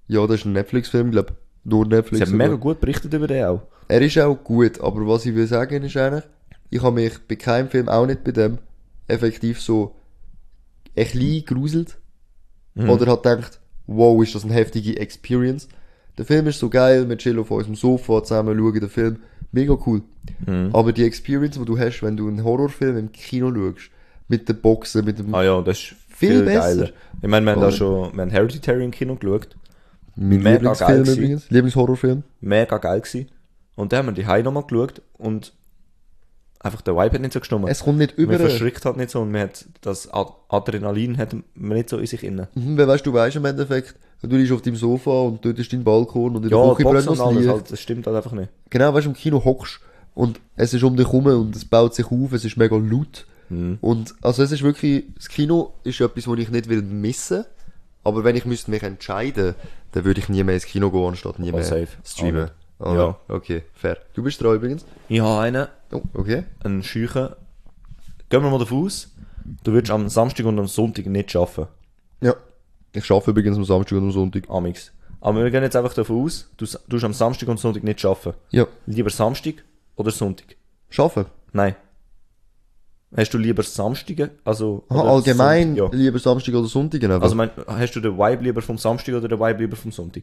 S2: Ja, das ist ein Netflix-Film, glaub Nur Netflix.
S1: Sie haben mega
S2: sogar.
S1: gut berichtet über den auch.
S2: Er ist auch gut, aber was ich will sagen ist eigentlich, ich habe mich bei keinem Film, auch nicht bei dem, effektiv so ein bisschen gruselt.
S1: Mhm.
S2: Oder hat gedacht, wow, ist das eine heftige Experience. Der Film ist so geil, wir chillen auf unserem Sofa zusammen, schauen den Film. Mega cool.
S1: Mhm.
S2: Aber die Experience, die du hast, wenn du einen Horrorfilm im Kino schaust, mit den Boxen, mit dem
S1: Ah ja, das ist viel,
S2: besser.
S1: geiler. Oh. Ich meine, wir haben
S2: Oder?
S1: da schon, wir haben Hereditary im Kino geschaut.
S2: mein
S1: mega geil
S2: Lieblingsfilm
S1: gewesen.
S2: übrigens, Lieblingshorrorfilm.
S1: Mega geil gewesen. Und dann haben wir die Hause nochmal geschaut und einfach der Vibe hat nicht so gestimmt.
S2: Es kommt nicht über.
S1: man verschrickt halt nicht so und man hat das Ad- Adrenalin hat man nicht so in sich innen.
S2: Mhm, Weil weißt du, du weißt im Endeffekt, du liegst auf deinem Sofa und dort ist dein Balkon und in der
S1: Ja,
S2: Küche brennt
S1: Boxen
S2: das
S1: und alles,
S2: Licht.
S1: halt, das stimmt halt einfach nicht.
S2: Genau, weißt du, im Kino hockst und es ist um dich herum und es baut sich auf, es ist mega laut.
S1: Mhm.
S2: Und also es ist wirklich, das Kino ist etwas, was ich nicht will missen, aber wenn ich müsste mich entscheiden, dann würde ich nie mehr ins Kino gehen, anstatt nie
S1: Oh,
S2: mehr
S1: safe.
S2: streamen.
S1: Auch
S2: Ah,
S1: nicht. Ja.
S2: Okay, fair. Du bist dran übrigens.
S1: Ich habe einen,
S2: Oh, okay.
S1: einen Scheuchen. Gehen wir mal davon aus, du würdest am Samstag und am Sonntag nicht arbeiten.
S2: Ja. Ich arbeite übrigens am Samstag und am Sonntag.
S1: Amix. Aber wir gehen jetzt einfach davon aus, du s- tust am Samstag und Sonntag nicht arbeiten.
S2: Ja.
S1: Lieber Samstag oder Sonntag?
S2: Arbeiten?
S1: Nein. Hast du lieber Samstag, also
S2: Aha,
S1: oder
S2: allgemein
S1: Sonntag? Ja.
S2: lieber Samstag oder Sonntag. genau. einfach.
S1: Also mein, hast du den Vibe lieber vom Samstag oder den Vibe lieber vom Sonntag?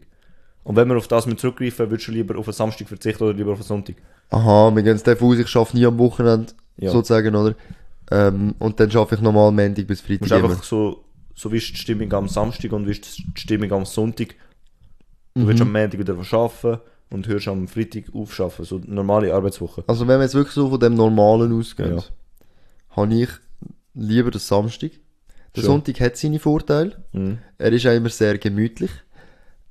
S1: Und wenn wir auf das mit zurückgreifen, würdest du lieber auf den Samstag verzichten oder lieber auf den Sonntag?
S2: Aha, wir gehen jetzt davon aus, ich arbeite nie am Wochenende,
S1: Ja.
S2: sozusagen, oder? Ähm, und dann arbeite ich normal Montag bis Freitag
S1: Du musst einfach so, so wie ist die Stimmung am Samstag und wie ist die Stimmung am Sonntag. Du willst am Montag wieder arbeiten und hörst am Freitag aufschaffen, so normale Arbeitswoche.
S2: Also wenn wir jetzt wirklich so von dem Normalen ausgehen,
S1: Ja.
S2: habe ich lieber den Samstag.
S1: Schon.
S2: Der
S1: Mhm.
S2: Sonntag hat seine Vorteile. Er ist auch immer sehr gemütlich.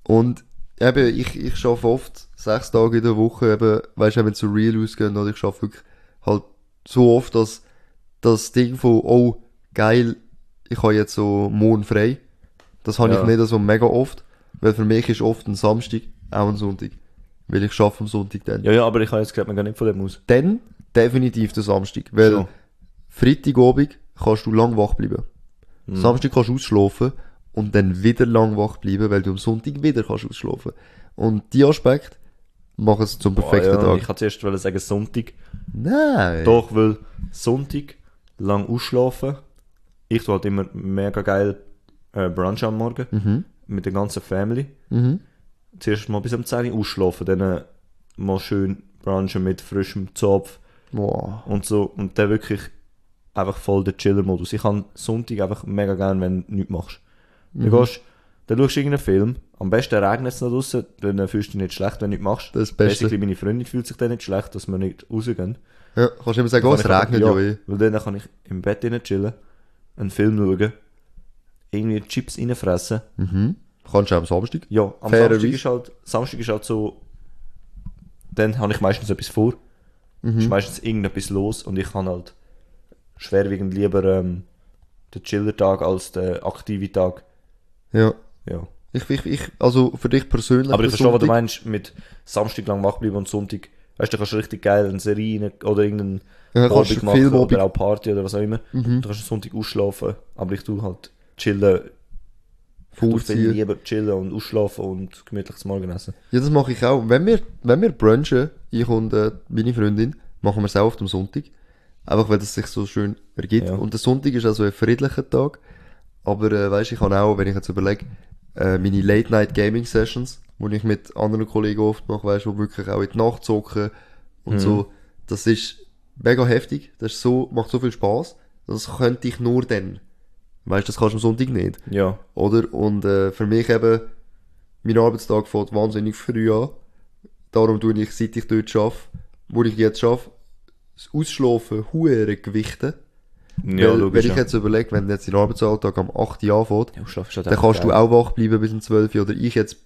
S2: Und eben, ich, ich arbeite oft sechs Tage in der Woche, eben, weißt du, wenn zu Real ausgehen, oder ich arbeite wirklich halt so oft, dass das Ding von, oh, geil, ich habe jetzt so morgen frei, das habe
S1: Ja.
S2: ich nicht so mega oft, weil für mich ist oft ein Samstag auch ein Sonntag, weil ich arbeite am Sonntag dann.
S1: Ja, ja, aber ich habe jetzt gesagt, man geht nicht von dem aus.
S2: Dann definitiv der Samstag, weil
S1: Schon.
S2: Freitagabend kannst du lang wach bleiben.
S1: Mhm.
S2: Samstag kannst du ausschlafen und dann wieder lang wach bleiben, weil du am Sonntag wieder kannst ausschlafen. Und die Aspekt machen es zum perfekten
S1: Ah, ja,
S2: Tag.
S1: Ich wollte zuerst wollen sagen Sonntag.
S2: Nein.
S1: Doch, weil Sonntag lang ausschlafen. Ich tue halt immer mega geil äh, Brunch am Morgen mit der ganzen Family. Zuerst mal bis um 10 Uhr ausschlafen, dann äh, mal schön brunchen mit frischem Zopf
S2: Boah.
S1: und so. Und dann wirklich einfach voll der Chiller-Modus. Ich kann Sonntag einfach mega gern, wenn du nichts machst.
S2: Mhm.
S1: Dann gehst, dann schaust du irgendeinen Film. Am besten regnet es noch draussen, dann fühlst du dich nicht schlecht, wenn du nichts machst.
S2: Das Beste.
S1: Basically, meine Freundin fühlt sich dann nicht schlecht, dass wir nicht rausgehen.
S2: Ja, kannst du immer sagen, oh, es
S1: Kann ich
S2: regnet
S1: einfach-
S2: ja eh.
S1: Weil dann kann ich im Bett drinnen chillen, einen Film schauen, irgendwie Chips reinfressen.
S2: Kannst du auch am Samstag.
S1: Ja, am
S2: Fairerweise.
S1: Samstag ist, halt, Samstag ist halt so, dann habe ich meistens etwas vor.
S2: Mhm.
S1: Ist meistens irgendetwas los und ich kann halt schwerwiegend lieber ähm, den Chiller-Tag als den aktiven Tag.
S2: Ja.
S1: Ja.
S2: Ich, ich, ich, also für dich persönlich.
S1: Aber ich
S2: der
S1: verstehe, was du
S2: Sonntag-
S1: meinst mit Samstag lang wach bleiben und Sonntag. Weißt du, da kannst du richtig geil eine Serie rein- oder irgendeinen
S2: Ja,
S1: Abend
S2: kannst du Mhm.
S1: machen
S2: viel
S1: oder
S2: Abend-
S1: auch Party oder was auch immer. Du kannst am Sonntag ausschlafen, aber ich tue halt chillen. Ich tue viel
S2: Vorziehen.
S1: lieber chillen und ausschlafen und gemütliches Morgenessen.
S2: Ja, das mache ich auch. Wenn wir, wenn wir brunchen, ich und äh, meine Freundin, machen wir es auch oft am Sonntag. Einfach weil das sich so schön ergibt.
S1: Ja.
S2: Und der Sonntag ist also ein friedlicher Tag. Aber äh, weißt ich habe auch, wenn ich jetzt überlege, äh, meine Late-Night-Gaming-Sessions, wo ich mit anderen Kollegen oft mache, weißt du, wo wirklich auch in die Nacht zocken und so. Das ist mega heftig. Das ist so, macht so viel Spaß. Das könnte ich nur dann. Weißt du, das kannst du am Sonntag nicht.
S1: Ja.
S2: Oder? Und äh, für mich eben, mein Arbeitstag fängt wahnsinnig früh an. Darum tue ich, seit ich dort arbeite, wo ich jetzt arbeite, das Ausschlafen hure gewichten.
S1: Ja,
S2: Weil, wenn
S1: logisch.
S2: ich
S1: ja.
S2: jetzt überlege, wenn jetzt dein Arbeitsalltag am 8 Uhr anfängt,
S1: Ja, ausschlafen ist halt
S2: dann
S1: einfach
S2: kannst du
S1: geil.
S2: auch wach bleiben bis um 12 Uhr. Oder ich jetzt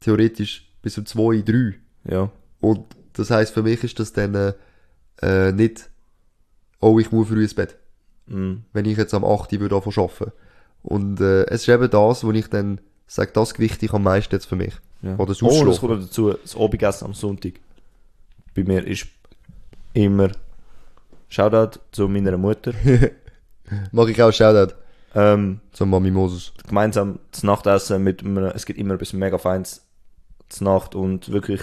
S2: theoretisch bis um 2, 3
S1: Ja.
S2: und das heisst, für mich ist das dann äh, äh, nicht, oh, ich muss früh ins Bett.
S1: Mhm.
S2: Wenn ich jetzt am 8. Uhr würde anfangen arbeiten. Und äh, es ist eben das, wo ich dann sage, das Gewicht ich am meisten jetzt für mich.
S1: ja.
S2: Oder das
S1: oh, das
S2: Ausschlafen.
S1: kommt noch dazu. Das Abendessen am Sonntag. Bei mir ist immer Shoutout zu meiner Mutter.
S2: Mache ich auch Shoutout
S1: ähm,
S2: zum Mami Moses.
S1: gemeinsam das Nachtessen mit einem, es gibt immer etwas mega Feins zur Nacht und wirklich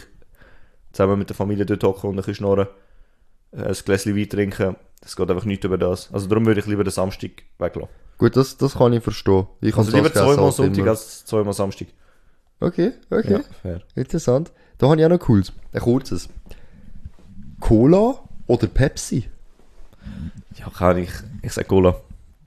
S1: zusammen mit der Familie dort hocken und ein bisschen schnorren, äh, ein Gläschen Wein trinken, das geht einfach nicht über das. Also darum würde ich lieber den Samstag weglassen.
S2: Gut, das, das kann ich verstehen. Ich
S1: Also
S2: habe
S1: lieber
S2: das gegessen
S1: zweimal
S2: als
S1: Sonntag
S2: immer.
S1: als zweimal Samstag.
S2: Okay, okay.
S1: Ja, fair.
S2: Interessant. Da habe ich auch noch cooles. Ein kurzes. Cola oder Pepsi?
S1: Ja, kann ich. Ich sag Cola.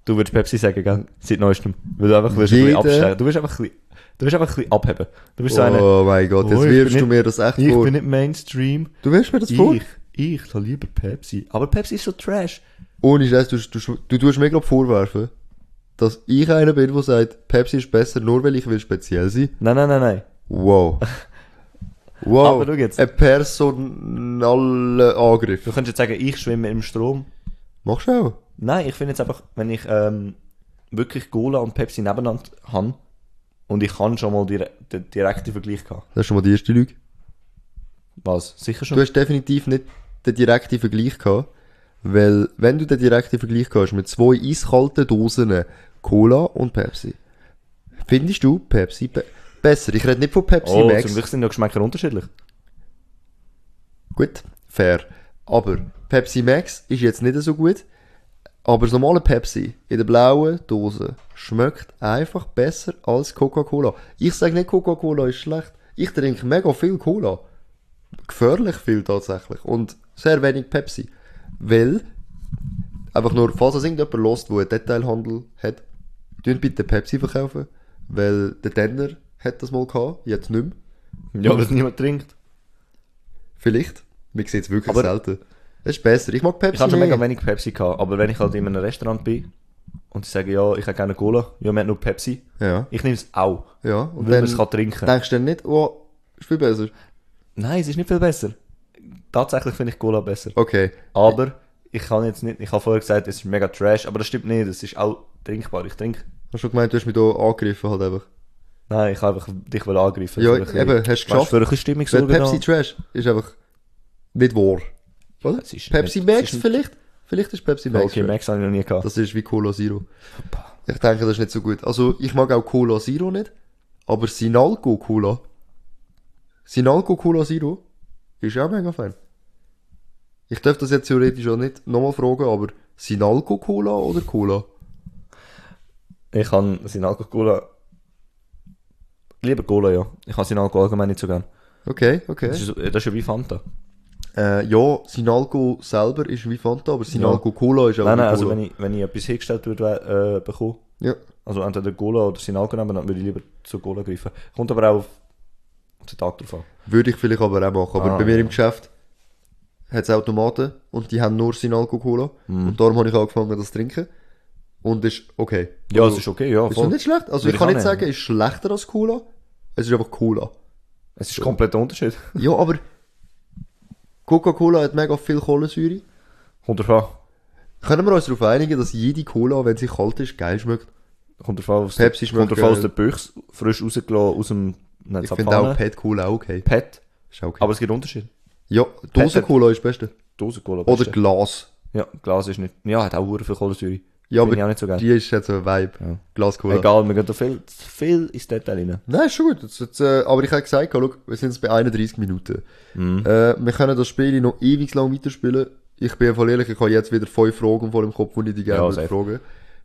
S1: Du würdest Pepsi sagen, gell? Seit neuestem. Weil du einfach willst ein bisschen
S2: Jeder-
S1: absteigen. Du willst einfach ein bisschen, du willst einfach ein bisschen abheben. Du bist so eine,
S2: oh mein Gott, jetzt
S1: Oh, ich
S2: wirfst
S1: bin
S2: du
S1: nicht-
S2: mir das echt
S1: ich
S2: vor.
S1: bin nicht Mainstream.
S2: Du wirfst mir das vor?
S1: Ich, ich habe lieber Pepsi. Aber Pepsi ist so trash.
S2: Ohne Scheiß, du, du, du tust mir glaub vorwerfen, dass ich einer bin, der sagt, Pepsi ist besser, nur weil ich will speziell sein.
S1: Nein, nein, nein, nein.
S2: Wow. Wow.
S1: Aber schau jetzt.
S2: Ein personaler
S1: Du
S2: Angriff.
S1: könntest jetzt sagen, ich schwimme im Strom.
S2: Machst du auch?
S1: Nein, ich finde jetzt einfach, wenn ich ähm, wirklich Cola und Pepsi nebeneinander habe und ich kann schon mal dire den direkten Vergleich haben.
S2: Das ist schon mal die erste Lüge.
S1: Was? Sicher schon?
S2: Du hast definitiv nicht den direkten Vergleich gehabt, weil wenn du den direkten Vergleich hast mit zwei eiskalten Dosen Cola und Pepsi, findest du Pepsi be besser? Ich rede nicht von Pepsi
S1: oh,
S2: Max.
S1: zum Glück sind die Geschmäcker unterschiedlich.
S2: Gut, fair. Aber Pepsi Max ist jetzt nicht so gut. Aber das normale Pepsi in der blauen Dose schmeckt einfach besser als Coca-Cola. Ich sage nicht, Coca-Cola ist schlecht. Ich trinke mega viel Cola. Gefährlich viel tatsächlich. Und sehr wenig Pepsi. Weil, einfach nur, falls es irgendjemand lost, der einen Detailhandel hat, tun bitte Pepsi verkaufen. Weil der Denner hat das mal gehabt, jetzt nicht mehr.
S1: Ja, weil es niemand trinkt.
S2: Vielleicht. Wir sehen es wirklich
S1: Aber-
S2: selten. Das ist besser. Ich mag Pepsi.
S1: Ich habe schon
S2: mehr.
S1: mega wenig Pepsi gehabt, aber wenn ich halt in einem Restaurant bin und sie sagen, ja, ich habe gerne Cola, ja, wir haben nur Pepsi,
S2: Ja.
S1: ich nehme es auch,
S2: Ja. Und
S1: weil
S2: dann
S1: man es kann trinken.
S2: denkst du dann nicht, oh, Ist viel besser.
S1: Nein, es ist nicht viel besser. Tatsächlich finde ich Cola besser.
S2: Okay.
S1: Aber ich kann jetzt nicht, ich habe vorher gesagt, es ist mega trash, aber das stimmt nicht, es ist auch trinkbar. Ich trinke.
S2: Hast du gemeint, du hast mich hier angegriffen halt einfach.
S1: Nein, ich habe einfach dich wollen angreifen.
S2: Ja,
S1: für ein bisschen-
S2: eben, hast du
S1: weißt,
S2: geschafft.
S1: Für ein bisschen Stimmung
S2: Weil
S1: sorgen.
S2: Pepsi
S1: noch.
S2: Trash ist einfach nicht wahr. Oder?
S1: es ist
S2: Pepsi
S1: nicht- es
S2: Max
S1: ist nicht-
S2: vielleicht? Vielleicht ist Pepsi Max.
S1: Okay,
S2: Trash.
S1: Max habe ich noch nie gehabt.
S2: Das ist wie Cola Zero. Ich denke, das ist nicht so gut. Also, ich mag auch Cola Zero nicht, aber Sinalco Cola. Sinalco Cola Zero ist auch mega fein. Ich darf das jetzt theoretisch auch nicht nochmal fragen, aber Sinalco Cola oder Cola?
S1: Ich habe seinen Alkohol. Lieber Cola, ja. Ich habe seinen Alkohol allgemein nicht so gern.
S2: Okay, okay.
S1: Das ist, das ist ja wie Fanta.
S2: Äh, ja, Sinalco selber ist wie Fanta, aber Sinalco Cola ist auch
S1: Nein,
S2: wie
S1: nein, also
S2: Cola.
S1: wenn ich, wenn ich etwas hergestellt würde, äh, bekomme,
S2: ja.
S1: also entweder Cola oder seinen Alkohol nehmen, dann würde ich lieber zu Cola greifen. Kommt aber auch auf auf den Tag drauf an.
S2: Würde ich vielleicht aber auch machen. Aber
S1: Ah,
S2: bei mir
S1: ja.
S2: im Geschäft hat es Automaten und die haben nur Sinalco Cola.
S1: Mhm.
S2: Und darum habe ich angefangen, das zu trinken. Und ist okay.
S1: Ja, es ist okay, ja.
S2: Ist
S1: voll.
S2: doch nicht schlecht. Also
S1: Würde
S2: ich kann
S1: ich
S2: nicht
S1: auch
S2: sagen, ist schlechter als Cola. Es ist einfach Cola.
S1: Es ist komplett ein Unterschied.
S2: Ja, aber Coca-Cola hat mega viel Kohlensäure.
S1: Kommt drauf an.
S2: Können wir uns darauf einigen, dass jede Cola, wenn sie kalt ist, geil schmeckt?
S1: Kommt drauf an, aus
S2: Pepsi schmeckt
S1: kommt drauf an, aus
S2: geil.
S1: der Büchse, frisch rausgelassen, aus dem nein,
S2: Ich finde
S1: Zapfanne.
S2: auch Pet Cola auch okay.
S1: eh, Pet. Ah,
S2: Ist auch okay.
S1: Aber es gibt Unterschied.
S2: ja, Dose
S1: hat-
S2: Cola ist das Beste.
S1: Dose Cola.
S2: Oder
S1: beste.
S2: Glas.
S1: Ja, Glas ist nicht. Ja, hat auch hure viel Kohlensäure.
S2: Ja,
S1: Bin
S2: aber
S1: ich auch nicht so geil.
S2: die ist jetzt so ein Vibe.
S1: Ja.
S2: Glas Cola.
S1: Egal, wir gehen da viel, viel ins Detail rein.
S2: Nein, ist schon gut. Jetzt, jetzt, äh, aber ich habe gesagt, schau, wir sind jetzt bei 31 Minuten.
S1: Mhm.
S2: Äh, wir können das Spiel noch ewig lang weiterspielen. Ich bin voll ehrlich, ich habe jetzt wieder fünf Fragen vor dem Kopf, die ich dich gerne
S1: Ja,
S2: würde
S1: safe.
S2: fragen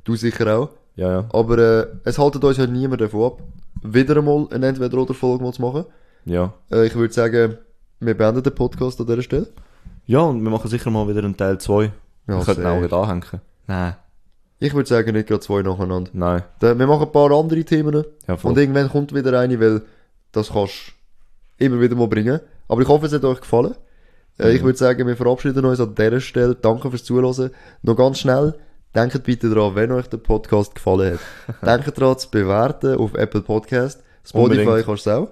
S2: Du sicher auch.
S1: Ja, ja.
S2: Aber äh, es haltet uns ja niemand davon ab, wieder einmal eine Entweder-Oder-Folge mal zu machen.
S1: Ja.
S2: Äh, ich würde sagen, wir beenden den Podcast an dieser Stelle.
S1: Ja, und wir machen sicher mal wieder einen Teil 2.
S2: Ja,
S1: wir könnten auch
S2: safe.
S1: wieder anhängen. Nein.
S2: Ich würde sagen, nicht gerade zwei nacheinander.
S1: Nein.
S2: Dann- Wir machen ein paar andere Themen.
S1: Ja, voll.
S2: und irgendwann kommt wieder eine, weil das kannst du immer wieder mal bringen. Aber ich hoffe, es hat euch gefallen. Äh,
S1: Mhm.
S2: Ich würde sagen, wir verabschieden uns an dieser Stelle. Danke fürs Zuhören. Noch ganz schnell, denkt bitte daran, wenn euch der Podcast gefallen hat. denkt daran, zu bewerten auf Apple Podcast. Spotify
S1: Unbedingt.
S2: kannst du auch.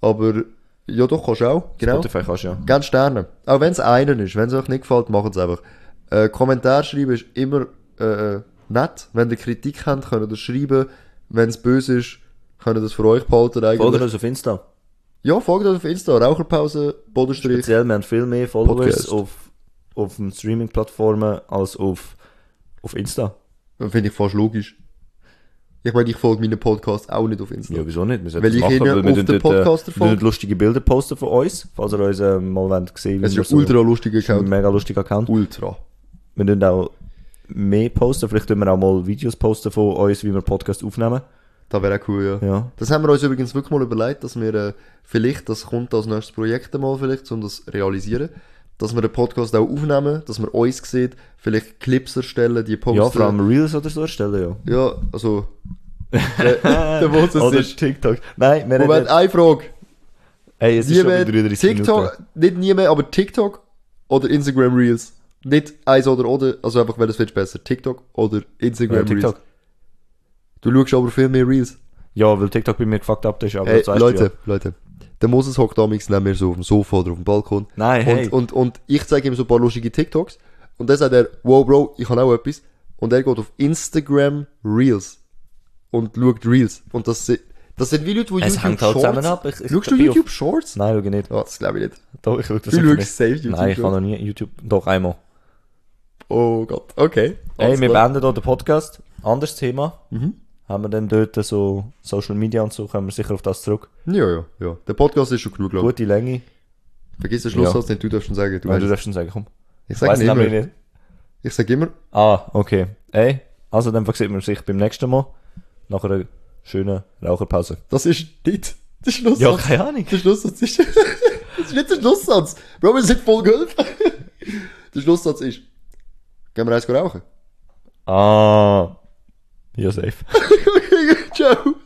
S2: Aber ja, doch, kannst du auch. Genau.
S1: Spotify kannst du ja.
S2: Gerne Sterne. Auch wenn es einen ist. Wenn es euch nicht gefällt, macht es einfach. Äh, Kommentar schreiben ist immer äh, nett. Wenn ihr Kritik habt, könnt ihr das schreiben. Wenn es böse ist, könnt ihr das für euch behalten eigentlich.
S1: Folgt uns auf Insta.
S2: Ja, folgt uns auf Insta. Raucherpause, Bodenstrich.
S1: Speziell, wir haben viel mehr Followers
S2: Podcast.
S1: auf, auf den Streaming-Plattformen als auf, auf Insta.
S2: Finde ich fast logisch. Ich meine, ich folge meinen Podcast auch nicht auf Insta.
S1: Ja, wieso nicht? Wir sollten
S2: Weil
S1: das
S2: ich ihn ja auf
S1: tun
S2: den
S1: dort, äh,
S2: Podcast
S1: wir tun
S2: verfolge.
S1: dort lustige Bilder posten von uns, falls ihr uns äh, mal wollt sehen
S2: Es
S1: wir
S2: ist ein ultra lustiger
S1: ein
S2: Account.
S1: mega lustiger Account.
S2: Ultra.
S1: Wir tun auch mehr posten, vielleicht tun wir auch mal Videos posten von uns, wie wir Podcast aufnehmen.
S2: Das wäre auch cool, ja.
S1: Ja.
S2: Das haben wir uns übrigens wirklich mal überlegt, dass wir äh, vielleicht, das kommt als nächstes Projekt mal vielleicht, um das zu realisieren, dass wir den Podcast auch aufnehmen, dass man uns sieht, vielleicht Clips erstellen, die posten.
S1: Ja, vor allem Reels oder so erstellen, ja.
S2: Ja, also. der, der muss es
S1: Oder
S2: ist.
S1: TikTok. Nein, wir
S2: Moment,
S1: reden...
S2: eine Frage.
S1: Ey, es ist schon wieder
S2: Niemand,
S1: 33
S2: TikTok,
S1: Minuten.
S2: nicht niemand, aber TikTok oder Instagram Reels. Nicht eins oder oder, also einfach, welches findest du besser? TikTok oder Instagram
S1: Ja, TikTok.
S2: Reels? Du schaust aber viel mehr Reels.
S1: Ja, weil TikTok bei mir gefuckt ab ist, aber
S2: Hey,
S1: das weißt
S2: Leute,
S1: du ja.
S2: Leute. Der Moses hockt damals neben mir so auf dem Sofa oder auf dem Balkon.
S1: Nein, hey.
S2: Und, und, und ich zeige ihm so ein paar lustige TikToks. Und dann sagt er, wow, Bro, ich habe auch etwas. Und er geht auf Instagram Reels. Und schaut Reels. Und das sind, das sind wie Leute, die
S1: Es
S2: YouTube
S1: hängt halt
S2: Shorts...
S1: zusammen ab. Ich- ich-
S2: Schaust du
S1: bin auf-
S2: YouTube Shorts?
S1: Nein, schau ich nicht.
S2: Ah, das glaube ich nicht.
S1: Doch, ich schau das
S2: Du
S1: sicher
S2: schaust safe YouTube
S1: Nein, ich habe
S2: Shorts.
S1: noch nie YouTube... Doch, einmal.
S2: Oh Gott, okay.
S1: Ey,
S2: Alles Mhm.
S1: wir
S2: klar.
S1: beenden hier den Podcast. Anderes Thema. Haben wir dann dort so Social Media und so, kommen wir sicher auf das zurück.
S2: Ja, ja, ja. Der Podcast ist schon genug, glaube
S1: Gute Länge.
S2: ich. Vergiss den Schlusssatz nicht, du darfst schon sagen. Du
S1: Nein, du
S2: weißt,
S1: darfst schon sagen, komm.
S2: ich
S1: Weiss
S2: sage
S1: es
S2: immer,
S1: nämlich nicht.
S2: ich sage immer,
S1: Ah, okay. Ey, also dann sehen wir sich beim nächsten Mal. Nach einer schönen Raucherpause.
S2: das ist nicht der Schlusssatz.
S1: Ja, keine Ahnung.
S2: Der Schlusssatz ist. das ist nicht der Schlusssatz. Bro, wir sind voll geholfen. der Schlusssatz ist. Gehen wir eins rauchen?
S1: Ah. Ja, safe.
S2: Ciao.